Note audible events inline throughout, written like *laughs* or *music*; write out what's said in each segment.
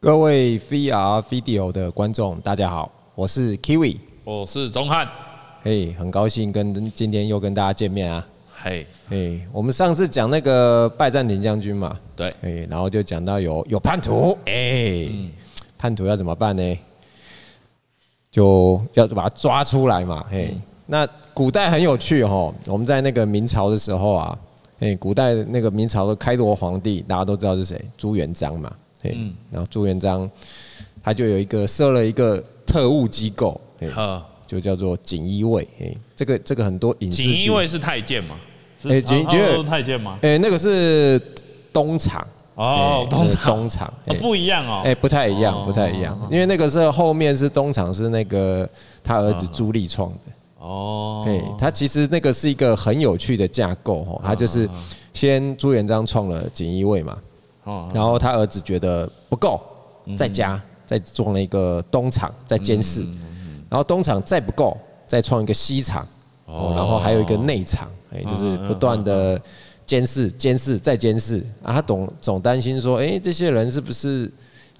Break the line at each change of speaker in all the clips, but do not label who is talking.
各位 VR Video 的观众，大家好，我是 Kiwi，
我是钟汉，
嘿，很高兴跟今天又跟大家见面啊。
嘿，
哎，我们上次讲那个拜占庭将军嘛，
对
哎，然后就讲到有有叛徒，哎，
嗯
叛徒要怎么办呢？就要把他抓出来嘛，嘿，
嗯
那古代很有趣哦，我们在那个明朝的时候啊，哎，古代那个明朝的开罗皇帝，大家都知道是谁，朱元璋嘛，哎，
嗯
然后朱元璋他就有一个设了一个特务机构，哎，
呵，
就叫做锦衣卫，哎，这个这个很多影视
锦
剧
衣卫是太监嘛？
哎
是
觉
唐
觉得
唐太监吗？
哎、那个是东厂
哦
哎
东厂
那个东厂，
哦
哎、
不一样哦
哎、。不太一样，不太一样，因为那个是后面是东厂，是那个他儿子朱棣创的，
哦
哎、他其实那个是一个很有趣的架构哦，他就是
啊
先朱元璋创了锦衣卫嘛，
哦，
然后他儿子觉得不够，再加再装了一个东厂，再监视，然后东厂再不够，再创一个西厂，哦，嗯然后还有一个内厂，哎，就是不断的监视、监视、再监视啊。他总总担心说，哎，这些人是不是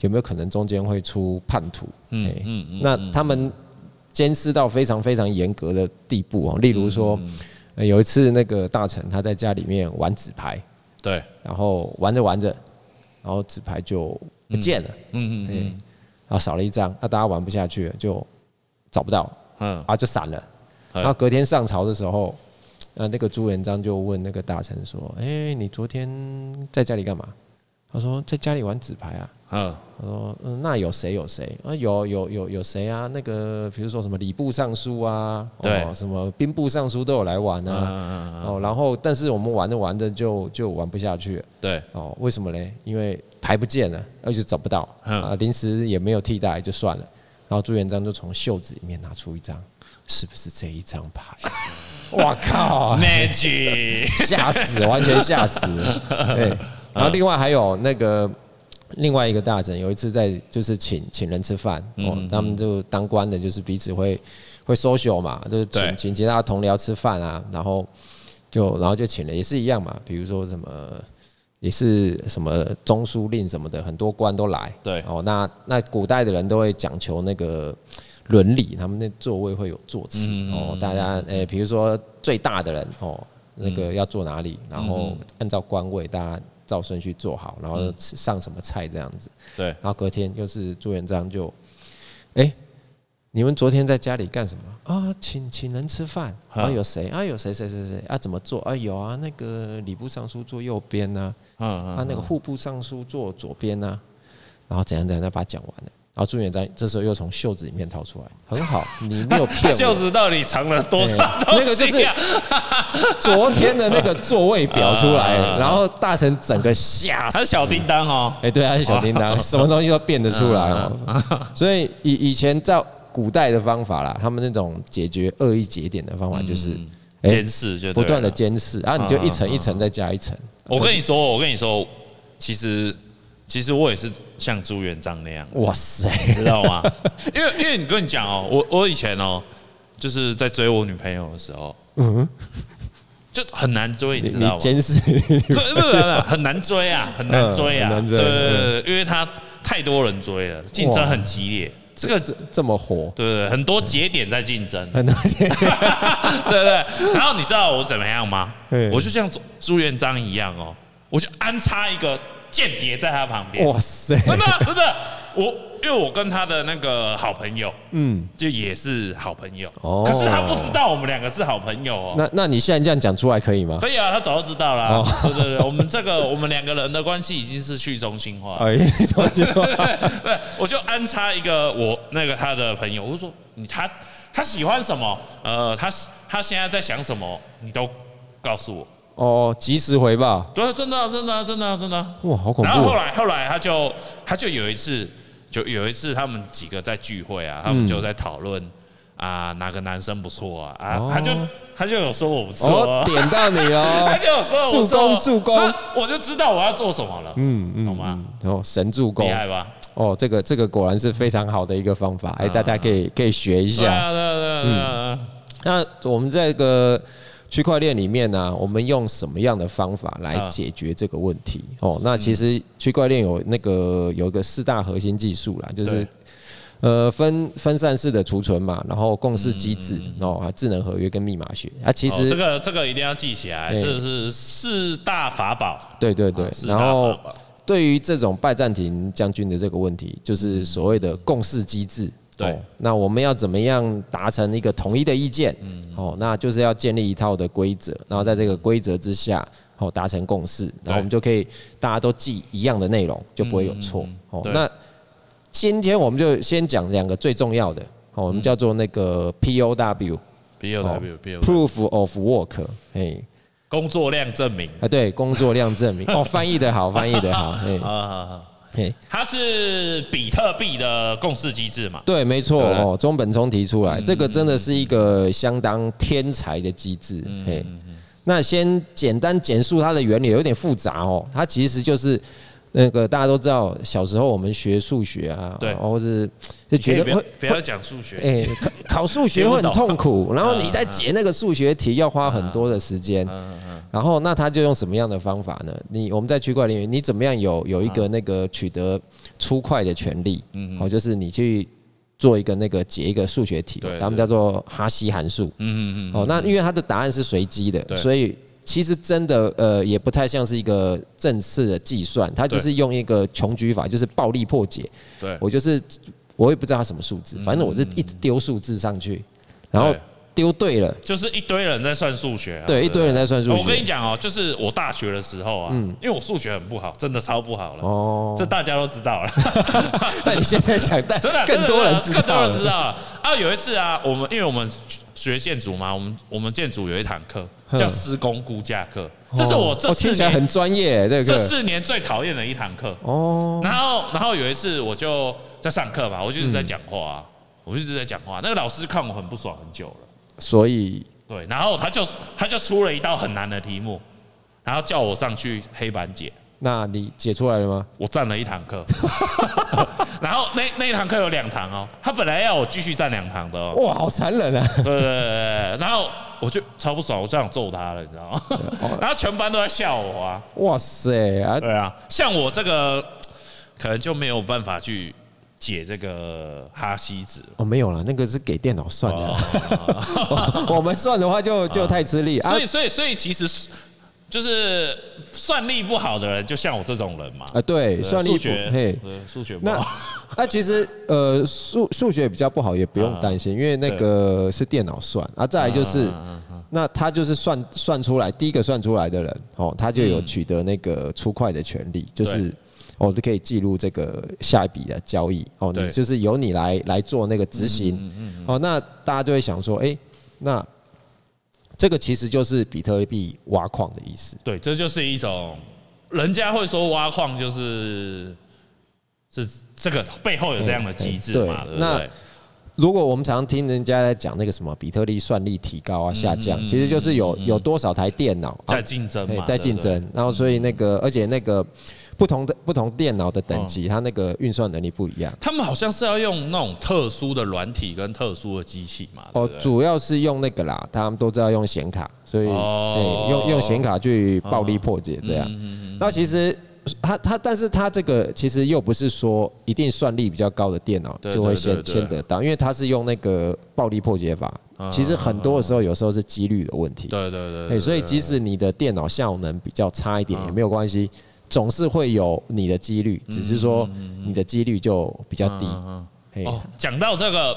有没有可能中间会出叛徒？嗯嗯，那他们监视到非常非常严格的地步哦，例如说。呃有一次，那个大臣他在家里面玩纸牌，
对，
然后玩着玩着，然后纸牌就不见了，嗯嗯嗯，然后少了一张，那大家玩不下去了，就找不到，
嗯，
啊就散了。
哎
然后隔天上朝的时候，呃，那个朱元璋就问那个大臣说：“哎、你昨天在家里干嘛？”他说：“在家里玩纸牌啊。”
嗯，
他说：“嗯，那有谁有谁啊？有有有有谁啊？那个比如说什么礼部尚书啊，
对
哦，什么兵部尚书都有来玩啊，哦，然后但是我们玩着玩着就就玩不下去了，
对，
哦，为什么嘞？因为牌不见了，而且找不到，
嗯
啊，临时也没有替代，就算了。然后朱元璋就从袖子里面拿出一张，是不是这一张
*laughs*
牌？我靠、 *laughs*
，magic，
吓死，完全吓
*laughs*
死。对，
嗯
然后另外还有那个另外一个大臣，有一次在就是请请人吃饭，
嗯
哦，他们就当官的，就是彼此会会 social 嘛，就是
对
请请其他同僚吃饭啊，然后就然后就请了，也是一样嘛，比如说什么。也是什么中书令什么的，很多官都来。
对
哦，那那古代的人都会讲求那个伦理，他们那座位会有座次、
嗯
哦，大家呃，比如说最大的人哦，那
嗯
个要坐哪里，然后按照官位大家照顺序坐好，然
嗯
后吃上什么菜这样子，
对，
然后隔天又是朱元璋就，哎、你们昨天在家里干什么啊？请请人吃饭
哈
啊？有谁啊？有谁谁谁谁啊？怎么做啊？有啊，那个礼部尚书坐右边啊呢、
嗯
他那个户部尚书坐左边呢、然后怎样怎样，他把它讲完了。然后朱元璋这时候又从袖子里面掏出来，很
*laughs*
好，你没有骗
嗯，袖
我。
子到底藏了多少
哎
东西啊？
那个就是昨天的那个座位表出来了，然后大臣整个吓死。
啊他是小叮当哦，
哎、对，他是小叮当，什么东西都变得出来哦。
啊
所以以以前在古代的方法啦，他们那种解决恶意节点的方法就是，哎
监视嗯就
不
对
断的
了。啊
监视，啊然后你就一层一层再加一层。
我跟你说，我跟你说，其实其实我也是像朱元璋那样，
哇塞，
你知道吗？ *laughs* 因为因为你跟你讲哦，我我以前哦，就是在追我女朋友的时候，嗯，就很难追，你
你
知
你
道吗？
监视，
不不不不，很难追
*laughs*
啊，很难追啊，
嗯很难追
对对对对，因为他太多人追了，竞争很激烈，这个对
这这么火，
对对，很多节点在竞争，
很多钱。
对对对。然后你知道我怎么样吗
嗯？
我就像朱朱元璋一样哦，我就安插一个间谍在他旁边，
哇塞，
真的真的，我因为我跟他的那个好朋友，嗯，就也是好朋友，
哦
可是他不知道我们两个是好朋友哦。
那那你现在这样讲出来可以吗？
可以啊，他早就知道啦
哦。
对对对，我们这个我们两个人的关系已经是去中心化了。
哎，怎么就
*laughs* 对，我就安插一个我那个他的朋友，我就说你他他喜欢什么？呃，他他现在在想什么？你都告诉我。
*laughs* 哦，及时回报，
对，真的啊、真的啊、真的啊、真的啊、
哇，好恐怖
然后后
哦！
来后来他就他就有一次就有一次他们几个在聚会
嗯
啊，他们就在讨论啊哪个男生不错啊啊，
哦
他就他就有说我不错、
哦
*laughs* 啊，，
点到你
他 *laughs*
哦，
就有说我不错啊
助攻助攻，
那我就知道我要做什么了，嗯嗯，懂吗？
哦，神助攻
厉害吧？
哦，这个这个果然是非常好的一个方法，哎，大家可以可以学一
啊对啊
下。
啊对啊对啊对啊。
那我们这个区块链里面呢、我们用什么样的方法来
嗯
解决这个问题？
啊
哦，那其实区块链有那个有一个四大核心技术啦，就是
对
呃分分散式的储存嘛，然后共识机制哦，啊智能合约跟密码学啊，其
嗯哦这
实
个这个一定要记起来，
对
这是四大法宝。
对对对
啊，四大
然
法
后
宝
对于这种拜占庭将军的这个问题，就是所谓的共识机制。
嗯对
哦，那我们要怎么样达成一个统一的意见？
嗯
哦，那就是要建立一套的规则，然后在这个规则之下，哦，达成共识，然后我们就可以大家都记一样的内容，就不会有
嗯
错。哦，
对
那今天我们就先讲两个最重要的，哦，我们叫做那个 POW。
B 嗯 O
哦
W B O W
Proof of work，哎，
工作量证明
啊，对，工作量证明，哦，翻译的好，翻译的好，哎
啊，，啊
哎，
它是比特币的共识机制嘛？
对，没错
对不对嗯
哦，中本聪提出来，这个真的是一个相当天才的机制。
嗯
嘿，那先简单简述它的原理，有点复杂哦。它其实就是那个大家都知道，小时候我们学数学啊，
对
哦或是就觉
哎不
得
要
会
不要讲数学，
哎、考考数学会很痛
*laughs*
苦，然后你在解那个数学题要花很多的时间。
嗯
然后，那他就用什么样的方法呢？你我们在区块链里面，你怎么样有有一个那个取得出块的权利？
嗯
哦，就是你去做一个那个解一个数学题
对，
他们叫做哈希函数。
嗯嗯嗯，
哦，那因为它的答案是随机
对
的，所以其实真的呃也不太像是一个正式的计算，它就是用一个穷举法，就是暴力破解。
对，
我就是我也不知道它什么数字，反正我就一直丢数字上去，然后
嗯对
丢对了，
就是一堆人在算数学啊，
对，一堆人在算数
我跟你
学。嗯
讲哦，就是我大学的时候啊，因为我数学很不好，真的超不好了，
哦，
这大家都
*laughs*
知道了，
那你现在讲，但
真的啊
更多人
真
知
的更多
道
人知
了。
道了啊！有一次啊，我们因为我们学建筑嘛，我们我们建筑有一堂课叫施工估价课，这是我这
哦
四
听起来
年
很专业，这
这
个
四年最讨厌的一堂课。
哦，
然后然后有一次我就在上课嘛，我就一直
嗯
在讲话、啊，我就一直在讲话，那个老师看我很不爽很久了。
所以
对，然后他就他就出了一道很难的题目，然后叫我上去黑板解，
那你解出来了吗？
我站了一堂课，然后那那一堂课有两堂哦，他本来要我继续站两堂的哦，
哇，好残忍啊！ *laughs*
对对对对对，然后我就超不爽，我就想揍他了，你知道吗？ *laughs* 然后全班都在笑我啊，
哇塞啊，
对啊，像我这个可能就没有办法去解这个哈希子，
哦没有了，那个是给电脑算的啦， *laughs* 我们算的话就就太吃力啊
哦所以所以所以其实是就是算力不好的人，就像我这种人嘛，
啊，对，
对
算力
数
不
学
嘿，
对数学不
那
好，
*laughs* 那其实呃数数学比较不好也不用担心，因为那个是电脑算啊。再来就是，
啊
那他就是算算出来第一个算出来的人哦，他就有取得那个出块的权利，就是
嗯对。
哦，就可以记录这个下一笔的交易哦，
对嗯
你就是由你来来做那个执行哦，那大家就会想说，哎，那这个其实就是比特币挖矿的意思，
*laughs* 对，这就是一种人家会说挖矿就是是这个背后有这样的机制嘛，
嗯
对
对
不
那
对？
如果我们常听人家在讲那个什么比特币算力提高啊、下
嗯
降，其实就是有有多少台电脑啊
在竞争
哎
嘛，
在
对不
竞
对。嗯
争，然后所以那个而且那个不同的不同电脑的等级，它那个运算能力不一样。
他们好像是要用那种特殊的软体跟特殊的机器嘛，对
哦
不，对
主要是用那个啦，他们都知道用显卡，所以
哦嗯
哎用用显卡去暴力破解这样。那其实它它，但是它这个其实又不是说一定算力比较高的电脑
对
就会
对
先
对对啊
先得到，因为它是用那个暴力破解法。其实很多的时候，有时候是几率的问题。
对对对
哎、
对，
所以
对
即使你的电脑效能比较差一点
啊
也没有关系，总是会有你的几率，只是说
嗯
你的几率就比较低。嘿，
哦，讲到这个，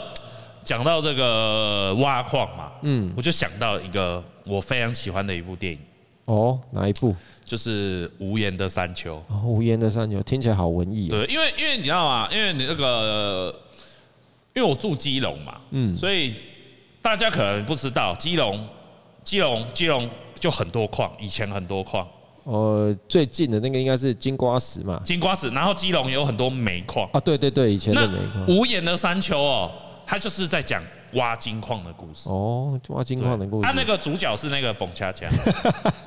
讲到这个挖矿嘛，嗯，我就想到一个我非常喜欢的一部电影，
哦，哪一部？
就是《无言的山丘》。
哦无言的山丘听起来好文艺、哦。
对，因为因为你知道吗？因为你那个，因为我住基隆嘛，嗯，所以大家可能不知道，基隆，基隆，基隆就很多矿，以前很多矿，
呃，最近的那个应该是金瓜石嘛？
金瓜石，然后基隆有很多煤矿。
啊，对对对，以前
那
的煤矿。
无言的山丘哦，它就是在讲挖金矿的故事。
哦，挖金矿的故事。
他、啊那个主角是那个蹦
*laughs*
恰恰，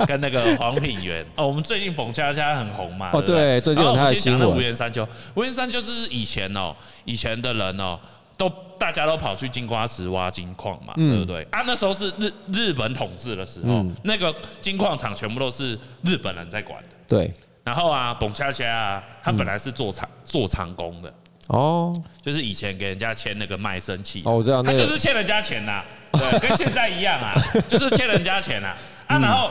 跟那个黄品源。哦，我们最近蹦恰恰很红嘛。
哦
对不对，
对最近有
然后
他
我们
的
先讲
新
那
闻
无缘山丘，无缘山丘就是以前哦，以前的人哦，都大家都跑去金瓜石挖金矿嘛，
嗯
对不对？啊，那时候是日日本统治的时候，那个金矿厂全部都是日本人在管的。
对，
然后啊，董恰恰啊，他本来是做长做长工的，
哦，
就是以前给人家签那个卖身契，
哦我知道那
他
个
就是欠人家钱呐、
*laughs*
对，跟现在一样啊，就是欠人家钱呐啊，然后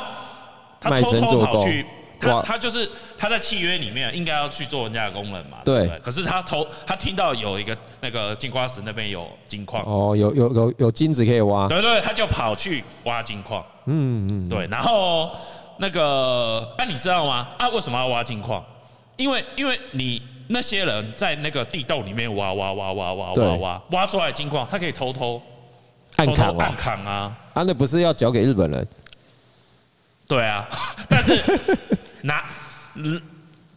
他
嗯卖
偷
身
偷
做
跑
工
去。他
哇
他就是他在契约里面应该要去做人家的工人嘛，
对
不对？可是他偷他听到有一个那个金瓜石那边有金矿，
哦，有有有有金子可以挖，
*laughs* 对对，他就跑去挖金矿，
嗯嗯，
对，然后那个，啊，你知道吗？啊，为什么要挖金矿？因为因为你那些人在那个地洞里面挖挖挖挖挖
对
挖挖挖出来的金矿，他可以偷偷
暗
偷
砍
偷
哦
暗，扛啊，
啊，那不是要交给日本人？
对啊， *laughs* 但是
*laughs*
拿嗯，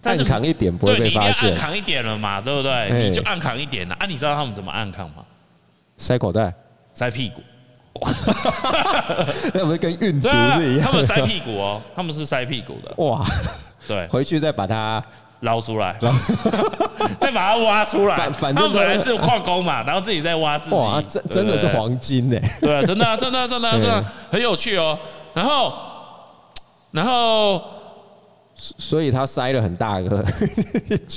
但
暗
是
扛一点不会被
对你一定
发
要暗
现，
扛一点了嘛，对不对？
哎
你就暗扛一点了啊，你知道他们怎么暗扛吗？
塞口
*laughs*
袋，
塞屁股。
那不是跟运毒
对啊
是一，样？
他们塞，屁股哦，他们是塞屁股的，
哇，
对，
回去再把它
捞出来， *laughs* 再把它挖出来。
反反正
他们本来是矿工嘛，然后自己在挖自己。
哇，真真的是
对不对
黄金呢。
对啊，真的啊、真的啊、真的啊、
嗯
真的啊、很有趣哦。然后，然后
所以他塞了很大
*laughs*
个，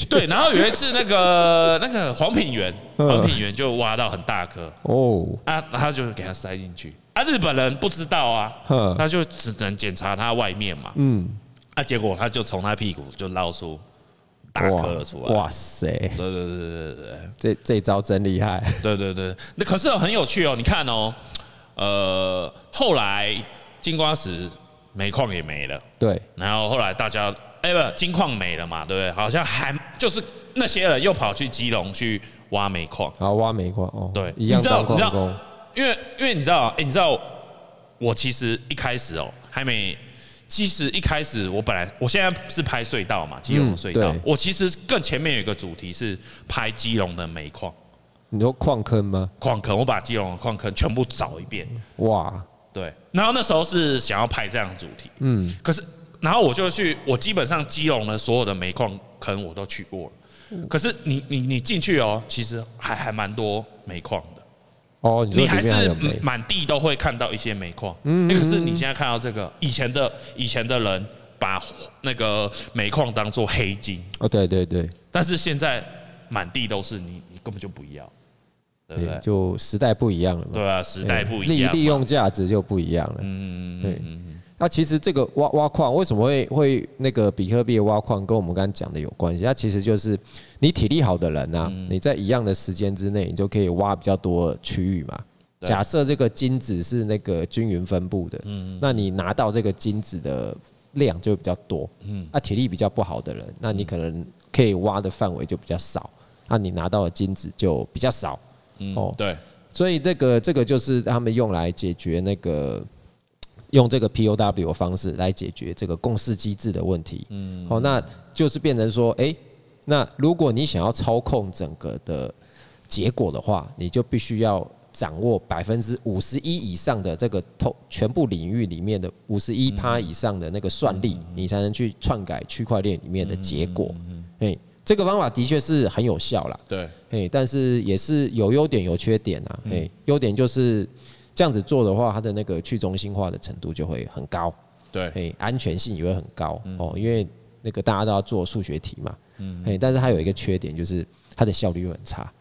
对，然后有一次那个 *laughs* 那个黄品源，
嗯
黄品源就挖到很大颗
哦，
啊，然后就给它塞进去啊。日本人不知道啊
嗯，
他就只能检查它外面嘛
嗯，
啊，结果他就从他屁股就捞出大颗的出来。
哇塞，
对对对对对对。
这这一招真厉害，
对对对，那可是很有趣哦。你看哦，呃，后来金瓜石煤矿也没了，
对，
然后后来大家哎、不，金矿没了嘛，对不对？好像还就是那些人又跑去基隆去挖煤矿，
然后挖煤矿哦，
对，
一样
你知道
当
你知
矿
道
工，，
因为因为你知道，哎、你知道我其实一开始哦还没。其实一开始我本来我现在是拍隧道嘛，基隆的
嗯
隧道。
对
我其实更前面有一个主题是拍基隆的煤矿
你说矿坑吗？
矿坑，我把基隆的矿坑全部找一遍。
哇，
对，然后那时候是想要拍这样的主题，
嗯，
可是然后我就去，我基本上基隆的所有的煤矿坑我都去过了，可是你你你进去哦，其实还还蛮多煤矿的，
哦，你说
你
里
还
面还
是嗯
有煤，
满地都会看到一些煤矿，嗯，可是你现在看到这个以前的以前的人把那个煤矿当做黑金，
哦，对对对，
但是现在满地都是，你你根本就不要，对不
对
对？
就时代不一样了嘛，
对啊，时代不一
利
样嘛，
哎利用价值就不一样了。嗯，对。那其实这个挖挖矿为什么会会那个比特币挖矿跟我们刚刚讲的有关系？它其实就是你体力好的人啊，你在一样的时间之内，你就可以挖比较多区域嘛。
对
假设这个金子是那个均匀分布的，那你拿到这个金子的量就会比较多。嗯，那体力比较不好的人，那你可能可以挖的范围就比较少，那你拿到的金子就比较少。哦，
对，
所以这个这个就是他们用来解决那个用这个 POW 的方式来解决这个共识机制的问题。嗯，好，那就是变成说，诶，那如果你想要操控整个的结果的话，你就必须要掌握百分之五十一以上的这个透全部领域里面的五十一趴以上的那个算力，你才能去篡改区块链里面的结果。诶，这个方法的确是很有效啦。
对，
嘿，哎但是也是有优点有缺点啊。
嗯
嘿，优点就是这样子做的话，它的那个去中心化的程度就会很高，
对，
嘿，安全性也会很高
嗯
哦，因为那个大家都要做数学题嘛。嗯，嘿，但是它有一个缺点就是它的效率会很差。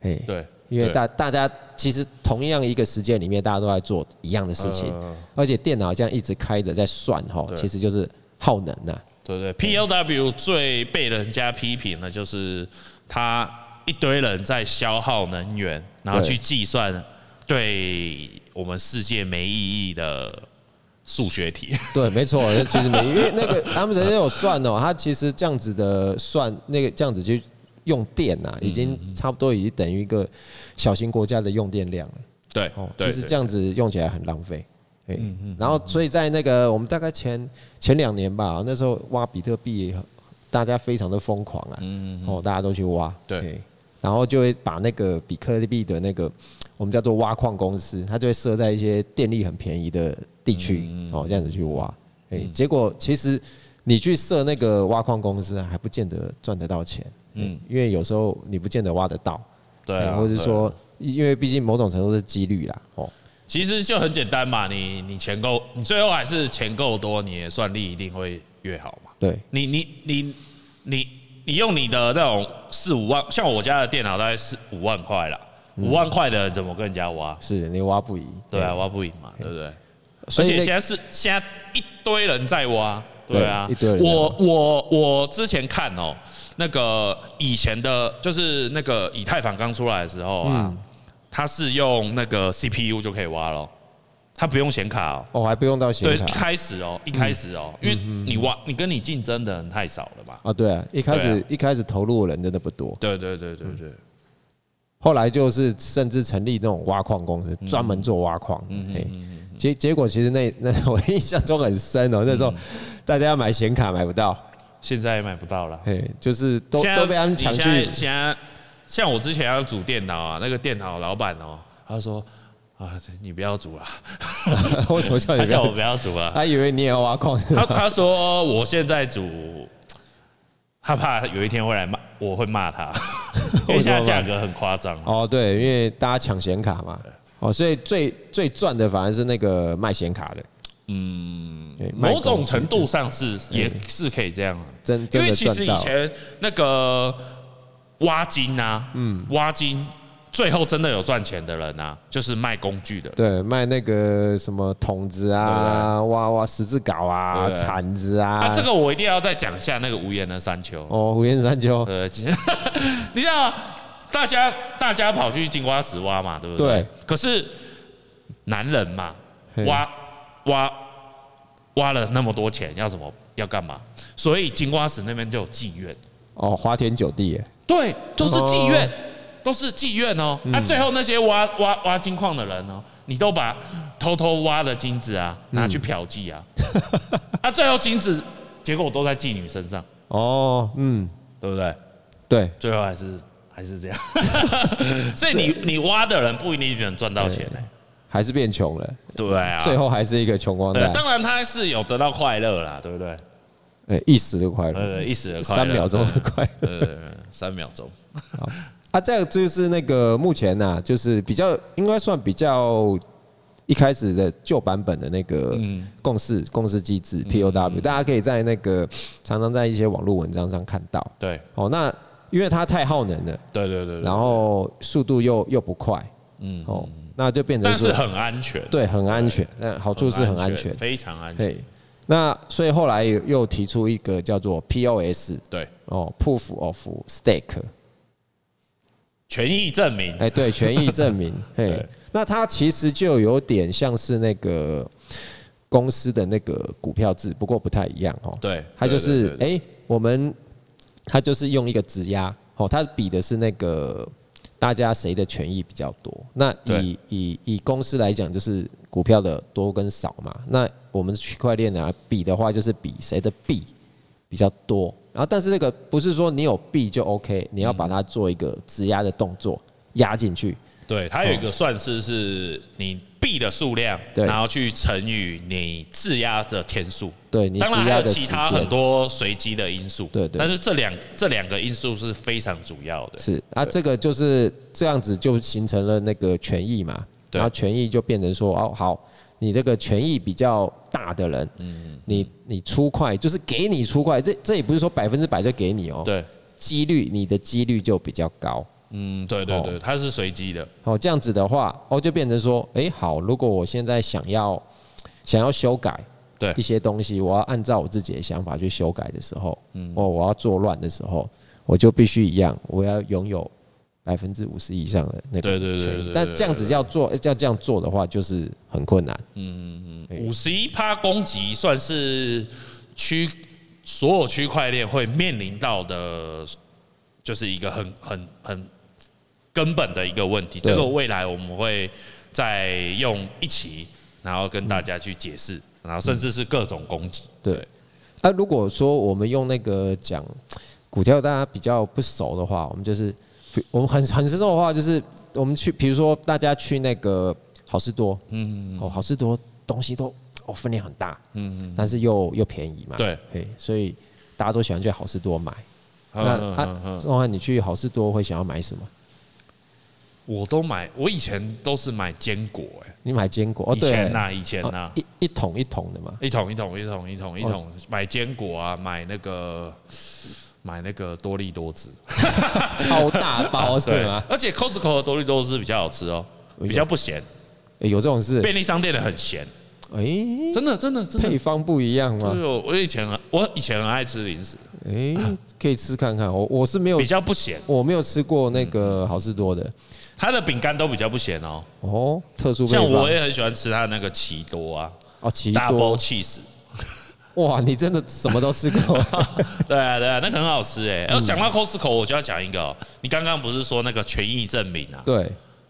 嘿，
对，
因为
对
大大家其实同样一个时间里面，大家都在做一样的事情，而且电脑这样一直开着在算哈，
呃对
其实就是耗能啊呐、
对对，PLW 最被人家批评的就是他一堆人在消耗能源，然后
对
去计算对我们世界没意义的数学题。 *laughs*
*laughs* 对，没错，那其实没，因为那个他们曾经有算哦，他其实这样子的算，那个这样子去用电呐、啊，已经差不多已经等于一个小型国家的用电量了。
对
哦，，
对嗯
其实这样子用起来很浪费。对，然后所以在那个我们大概前前两年吧，那时候挖比特币，大家非常的疯狂啊，哦，大家都去挖，
嗯对
嘿，然后就会把那个比特币的那个我们叫做挖矿公司，它就会设在一些电力很便宜的地
嗯
区，哦，这样子去挖，哎，结果其实你去设那个挖矿公司啊还不见得赚得到钱，嗯，因为有时候你不见得挖得到，
对啊，
或者
对啊
说因为毕竟某种程度是几率啦，哦，
其实就很简单嘛，你你钱够，你最后还是钱够多，你的算力一定会越好嘛。
对，
你你你你你用你的那种四五万，像我家的电脑大概是五万块啦，五万块的怎么跟人家挖？
是你挖不赢，
对啊，挖不赢嘛，对不对？
所
而
以
且
那
现在是现在一堆人在挖，对啊，
对一堆人在挖
我我我之前看哦、那个以前的，就是那个以太坊刚出来的时候啊，
嗯
它是用那个 CPU 就可以挖咯，它不用显卡哦、
哦还不用到显
对，一
卡嗯
开始哦、一开始哦、因为你挖，你跟你竞争的人太少了吧？
啊，对啊，一开
对
始一开始投入的人真的不多，
对对对对
嗯
对，
后来就是甚至成立那种挖矿公
嗯
司，专门做挖矿。嘿结结果其实那 *laughs* 那我印象中很深哦，那
嗯
时候大家要买显卡买不到，
现在也买不到了。
嘿，就是都
现在
都被他们抢
你现
去
在。现在像我之前要组电脑啊，那个电脑老板哦、他说啊，你不要组了，
*laughs* 为什么叫你哎
*laughs* 他
不
叫我
要哎
不？要组啊。
他以为你也要挖矿是
他
吧？
他说我现在组，他怕有一天会来骂，我会骂
*laughs*
他，因为现在价格很夸张。啊
哦，对，因为大家抢显卡嘛，哦，所以最最赚的反而是那个卖显卡的，嗯，卖
某
公嗯
种程度上是也是可以这样啊，
真
因
真
为
的
其实
赚
以
到，
前那个挖金啊，嗯，挖金最后真的有赚钱的人啊，就是卖工具的人。
对，卖那个什么筒子啊，挖挖十字镐啊，
对
铲子
啊，
啊，
这个我一定要再讲一下那个无言的山丘。
哦，胡彦山
*laughs*
丘，
呃，其实你知道，大家大家跑去金瓜石挖嘛，对不对？
对。
可是男人嘛，
嘿
挖挖挖了那么多钱，要怎么要干嘛？所以金瓜石那边就有妓院，
哦，花天酒地耶，
对，都是妓院，都是妓院哦。那、最后那些挖挖挖金矿的人哦，你都把偷偷挖的金子啊拿去嫖 *laughs* 妓啊，啊，最后金子结果都在妓女身上，
哦，嗯，
对不对？
对，
最后还是还是这样，
*laughs*
所以你你挖的人不一定能赚到钱呢、
还是变穷了，
对啊，
最后还是一个穷光
对，
蛋，
当然他是有得到快乐啦，对不对？
哎，一时的快乐，
呃，一时的快乐，
三秒钟的快乐。
呃，三秒钟，
啊，这个就是那个目前呐、就是比较应该算比较一开始的旧版本的那个共识、共识机制 POW，、大家可以在那个常常在一些网络文章上看到。
对，
哦，那因为它太耗能了，
对对对对，
然后速度又又不快，嗯，哦，那就变成
但
说
是很安全，
对很安全，那好处是很安全，
非常安全，
对。那所以后来又又提出一个叫做 POS
对，
哦，Proof of Stake，
权益证明
哎、，对，权益证
*laughs*
明，嘿
对，
那它其实就有点像是那个公司的那个股票制，不过不太一样哦。
对
它就
对
是
对
哎、我们它就是用一个质押哦，它比的是那个大家谁的权益比较多。那以
对
以以公司来讲，就是股票的多跟少嘛。那我们区块链啊比的话，就是比谁的币比较多。然后，但是这个不是说你有币就 OK，你要把
嗯
它做一个质押的动作压进去。
对，它有一个算式是你币的数量，
对
然后去乘以你质押的天数。
对你
当然
质
还
押
有
的
其他
时间
很多随机的因素，
对对
但是这两这两个因素是非常主要的，
是啊，这个就是这样子就形成了那个权益嘛，
对
然后权益就变成说哦好，你这个权益比较大的人，
嗯
你你出块就是给你出块，这这也不是说百分之百就给你哦，
对，
几率你的几率就比较高。
嗯，对对
哦
对，它是随机的，
哦，这样子的话，哦就变成说，诶，好，如果我现在想要想要修改
对
*laughs* 一些东西，我要按照我自己的想法去修改的时候，嗯，哦，我要作乱的时候，我就必须一样，我要拥有百分之五十以上的那个
对对对
权益
对对嗯
但这样子要做要这样做的话，就是很困难。
五十一趴攻击算是区所有区块链会面临到的，就是一个很很很根本的一个问题。
对
这个未来我们会再用一期，然后跟大家去解释，然后甚至是各种攻击。
对，那、如果说我们用那个讲股票，大家比较不熟的话，我们就是比我们很很生动的话，就是我们去，比如说大家去那个好事多，嗯，哦，好事多东西都哦分量很大，嗯，但是又又便宜嘛，
对
嘿，所以大家都喜欢去好事多买。
嗯
那
嗯
啊
嗯，嗯
钟汉，你去好事多会想要买什么？
我都买，我以前都是买坚果、哎，
你买坚果哦，
以
对，
前呐，以前啊呐
哦，一一桶一桶的嘛，
一桶一桶一桶一桶一桶买坚果啊，买那个买那个多利多 *laughs* 汁，
超大包是
*laughs* 对啊
吗？，
而且 Costco 的多利多汁比较好吃哦，
呦
比较不咸，
欸有这种事？
便利商店的很咸，
哎，
真的真的真啊的
配。方不一样
就
吗
是？我我以前很我以前很爱吃零食，
哎，可以吃看看。我我是没有
比，较不咸，
我没有吃过那个好事多的
它的饼干都比较不咸哦。
哦，特殊配
像我
方
也很喜欢吃它那个奇多啊
哦，奇
，double
多
cheese。
哇，你真的什么都吃
*laughs*
过？
对啊，对啊，那个很好吃哎。要讲到 Costco，我就要讲一个、哦，你刚刚不是说那个权益证明啊，
对，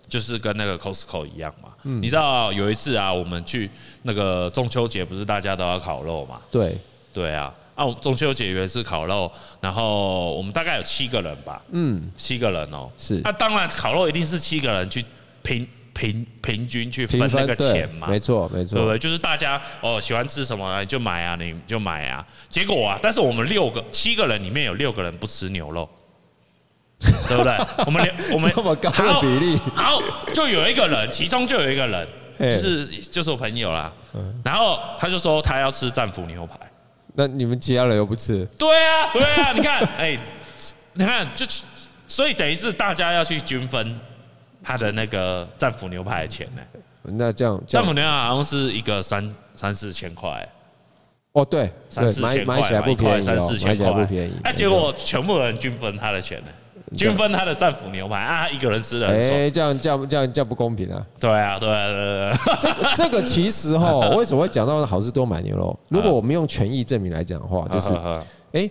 就是
就是跟那个 Costco 一样嘛。
嗯
你知道有一次啊，我们去那个中秋节，不是大家都要烤肉嘛？
对，
对啊，啊，我们中秋节有一次烤肉，然后我们大概有七个人吧，
嗯，
七个人哦。
是
那、当然烤肉一定是七个人去平平平均去分
平
那
分
个
对
钱嘛，
没错没
对不
错，
对？就是大家哦喜欢吃什么你就买啊，你就买啊。结果啊，但是我们六个七个人里面有六个人不吃牛
*laughs*
肉，对不对？我们两我们
这么高的比例
好，好就有一个人，其中就有一个人，
嘿嗯
就是就是我朋友啦。然后他就说他要吃战斧牛排。
那你们其他人又不吃？
对啊，对啊， *laughs* 你看，哎，你看，就所以等于是大家要去均分他的那个战斧牛排的钱呢、
那这样这
战斧
样
牛排好像是一个三三四千块、
哦，对
三
对，
四
买
千块
买
嘛，
起来不
一块
便宜
三
哦
四，千
买起来
块
不便宜。
哎，结果全部人均分他的钱呢，均分他的战斧牛排啊，一个人吃的很爽。
哎，这样这样这样这样不公平
*laughs*
啊！
对啊，对啊，对啊对啊，
这个这个其实哈，
*laughs*
为什么会讲到好事多买牛肉？
嗯
如果我们用权益证明来讲的话，
啊
就是哎，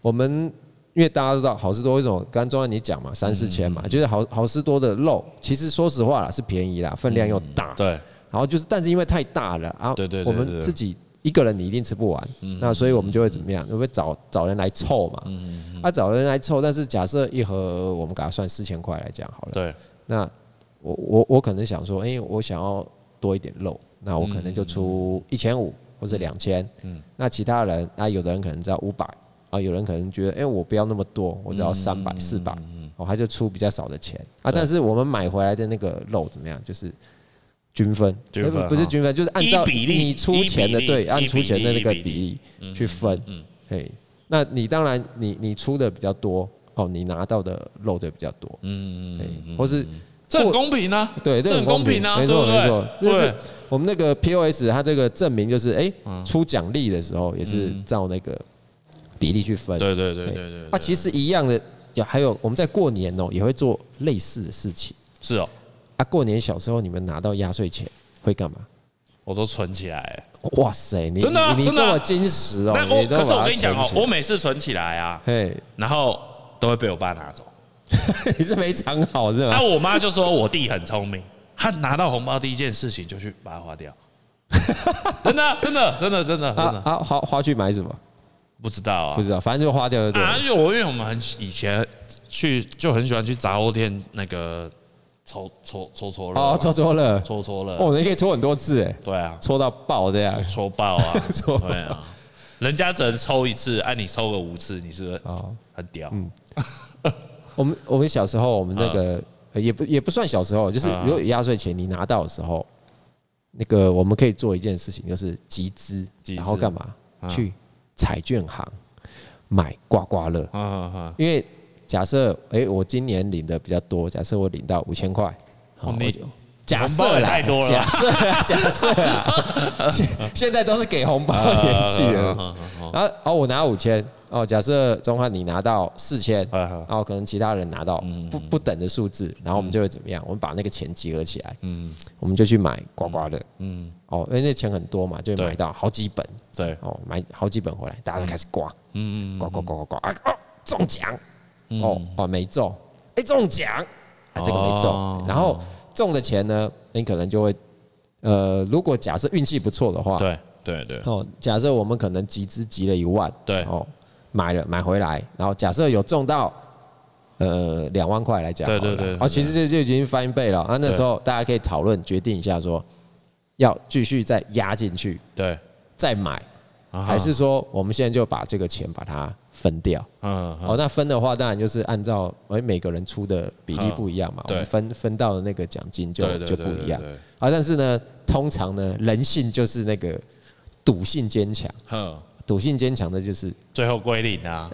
我们因为大家都知道好事多为什么？刚刚中安你讲嘛，三四千嘛，
嗯
就是好好事多的肉，其实说实话啦是便宜啦，分量又大，
*laughs* 对，
然后就是，但是因为太大了啊，
对对对
我
对嗯
们
对
自己一个人你一定吃不完，那所以我们就会怎么样？我们会找找人来凑
嗯
嘛，啊，找人来凑，但是假设一盒我们给他算四千块来讲好了，
对，
那我我我可能想说，哎，我想要多一点肉，那我可能就
嗯
出一千五或者两千，那其他人啊，有的人可能只要五百。啊，有人可能觉得，哎、我不要那么多，我只
嗯
要三百、四百，哦，他就出比较少的钱啊。但是我们买回来的那个肉怎么样？就是均分，
均分
呃不不是均分，就是按照
一比例
你出钱的
一比例
对，按
一比
出
例嗯
钱的那个
一比
比例去分。嘿，那你当然你你出的比较多，哦，你拿到的肉的比较多，嗯嗯，或是
这很
或
公平啊，
对，
这
这
很公平啊，
没
对不
错没错，
对？
就是
对，
我们那个 POS 它这个证明就是，哎，
嗯
出奖励的时候也是照那个比例去分，
对对对对
嘿
对对
那其实一样的，有还有我们在过年哦也会做类似的事情
是哦，
啊。过年小时候你们拿到压岁钱会干嘛？
我都存起来。
哇塞，你
真的啊
你你
真的
这
啊
么矜持哦！
但我
都把它
可是我跟你讲哦
存，起来
我每次存起来啊，
嘿， *laughs*
然后都会被我爸拿走。
你是没藏好是
啊，
吗？
我妈就说我弟很聪明，他拿到红包第一件事情就去把它
*laughs*
花掉。真的啊，真的，真的，真的，真
啊
的，
啊，花花去买什么？
不知道啊，
不知道，反正就花掉就对
啊，
了。
而且我因为我们很以前去就很喜欢去杂货店那个抽抽抽抽乐啊，
哦，戳戳乐，
抽抽乐，
哦，你可以戳很多次哎，
对啊，
戳到爆这样。
抽爆啊，
抽爆
对啊，人家只能抽一次，按、你抽个五次，你是不是
哦
很屌？
我们我们小时候，我们
啊
那个呃也不也不算小时候，就是
嗯
如果有压岁钱你拿到的时候，那个我们可以做一件事情，就是集资，
集资啊
然后干嘛？去彩券行买刮刮乐，
嗯嗯嗯，
因为假设哎、诶我今年领的比较多，假设我领到五千块，好
哦
我
你
就假
红包
设
也
啦，
太多了
假设啦，假设啦，现现在都是给红包
啊
的年纪了。然后哦，我拿五千哦，假设钟汉你拿到四千，
嗯嗯
然后可能其他人拿到不不等的数字，然后我们就会怎么样？我们把那个钱集合起来，嗯，我们就去买刮刮乐，嗯，哦，因为那钱很多嘛，就会买
对
到好几本，
对，
哦，买好几本回来，大家都开始刮，嗯刮刮刮刮刮啊，哦，中奖，哦哦没中，哎中奖，啊这个没
哦
中，然后中的钱呢，你可能就会，呃，如果假设运气不错的话，，
对对对，
哦，假设我们可能集资集了一万，
对
哦，买了买回来，然后假设有中到。呃，两万块来讲好了，
对对对对
哦，其实这就已经翻倍了。啊，那时候大家可以讨论决定一下说要继续再压进去，
对，
再买，
啊哈
还是说我们现在就把这个钱把它分掉。
嗯，嗯
哦，那分的话，当然就是按照哎每个人出的比例不一样嘛，我
嗯对
们分分到的那个奖金就
对对
就
对
不一样
对对对
啊。但是呢，通常呢，人性就是那个赌性坚强，
哼，
赌性坚强的就是
最后归零
*laughs*
啊，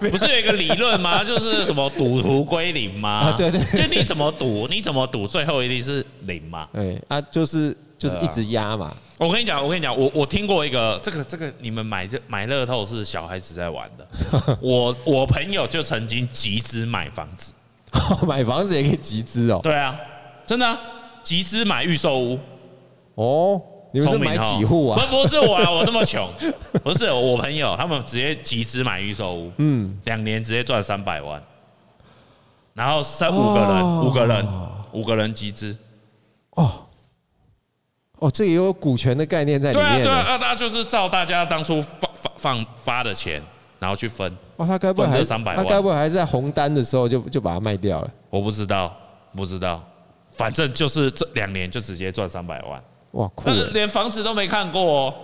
不是有一个理论吗？就是什么赌徒归零吗？
啊对对
就你怎么赌，你怎么赌，最后一定是零嘛。
哎啊，就是就是
对啊
一直压嘛， *laughs*
我跟你讲，我跟你讲，我我听过一个，这个这个，你们买这买乐透是小孩子在玩
*laughs*
的。我我朋友就曾经集资买房子，
买房子也可以集资哦。
对啊，真的、啊、集资买预售屋，
哦，你们是
聪明
买
哦
几户啊？
不不是我啊，我那么穷，不是我朋友，他们直接集资买预售屋，嗯，两年直接赚三百万，然后三五个人，五个人，五个人集资，
哦哦，这也有股权的概念在里
对啊
面
对啊
呢。，
那那就是照大家当初放放放发的钱，然后去分。
哦，他该不会还
赚这300万
他该不会还是在红单的时候就就把它卖掉了？
我不知道，不知道，反正就是这两年就直接赚三百万，
哇，酷
但是
耶
连房子都没看过哦。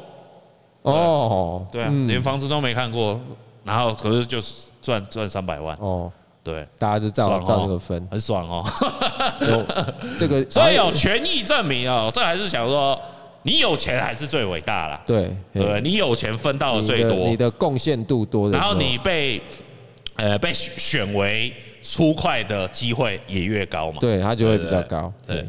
哦！
对啊，连房子都没看过，然后可是就是赚赚三百万，
哦，
对，
大家就照
爽哦
照这个
*laughs*
分，
很爽哦。
*laughs* 有这个，
所以哦有权益证明哦，这还是想说，你有钱还是最伟大啦，
对
对不对，
嘿
你有钱分到的
你
最
的
多
你，的贡献度多的
然
时候，
后你被呃被选选为出快的机会也越高嘛。
对它就会比
对对
较
对
高。
对
对，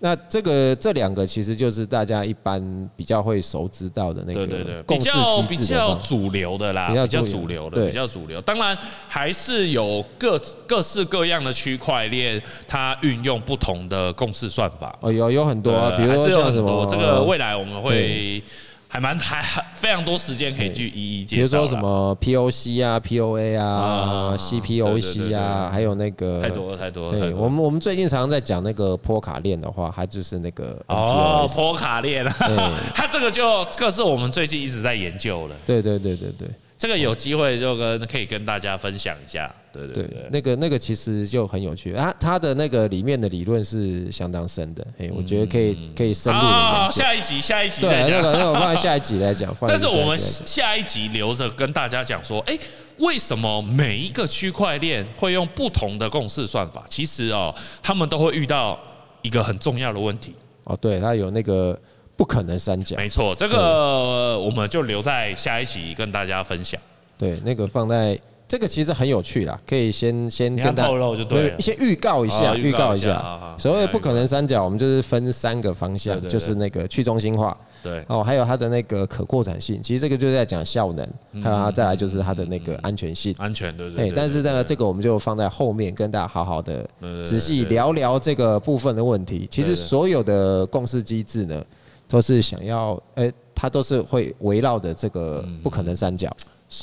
那这个这两个其实就是大家一般比较会熟知到的那
对对
个
对，
共
比
识
较
机
比
制的
较
话，
主流的啦，
比
比
较
较
主流
主流
对
的，比较主流。当然还是有各各式各样的区块链，它运用不同的共识算法。
哦，有有很多啊，
对
比如
还
说
是有
像什
很多
么呃
这个未来我们会还蛮还还非常多时间可以去一一
比
介
如
绍啦。
说什么 POC 啊、POA 啊、
啊对对
CPOC
对
啊，
对
还有那个
太多了太多了太
对，
多了
我们我们最近常常在讲那个波卡链的话，它就是那个
哦
NPOS，
波卡链， *laughs* 它这个就这个是我们最近一直在研究的，
对对对对对
这个有机会就跟可以跟大家分享一下。对
对
对对，，
那个那个其实就很有趣，它它的那个里面的理论是相当深的，哎，我觉得可
嗯
以可以深入的
好，
研究。
哦下一集下一
*laughs*
集
对，啊
再
那
讲。 *laughs*
个那个放在下一集来讲，放在
但是我们
下一集来
下一集留着跟大家讲说，哎、为什么每一个区块链会用不同的共识算法？其实哦，他们都会遇到一个很重要的问题。
讲哦，对，它有那个不可能三角，
没错，这个我们就留在下一集跟大家分享。
对，那个放在这个其实很有趣啦，可以先先
你
跟
要
大家
透露就对了
没有先预告一下，
哦
预
预
告
告
一
一下
下
好好。
所谓不可能三角，我们就是分三个方向
对，对对
就是那个去中心化，
对，
哦，还有它的那个可扩展性，其实这个就是在讲效能，
嗯
还有它再来就是它的那个安全性。
安全对不
对
对，？
哎但是呢，这个我们就放在后面跟大家好好的
对对对
仔细聊聊这个部分的问题。其实所有的共识机制呢，都是想要，呃，它都是会围绕着这个不可能三角，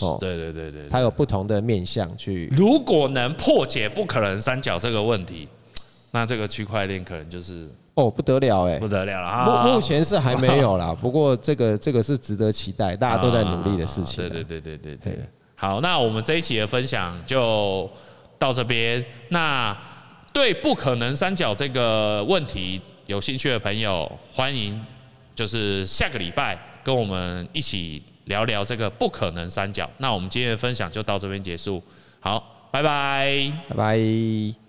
哦，
嗯对对对对对。
它有不同的面向去，
如果能破解不可能三角这个问题，那这个区块链可能就是
哦，不得了哎
不。得了了啊！
目目前是还没有啦，不过这个这个是值得期待，大家都在努力的事情
啊
啊。
*laughs* 对对对对对
对
对。好，那我们这一期的分享就到这边。那对不可能三角这个问题有兴趣的朋友，欢迎就是下个礼拜跟我们一起聊聊这个不可能三角。那我们今天的分享就到这边结束。好，拜拜。
拜拜。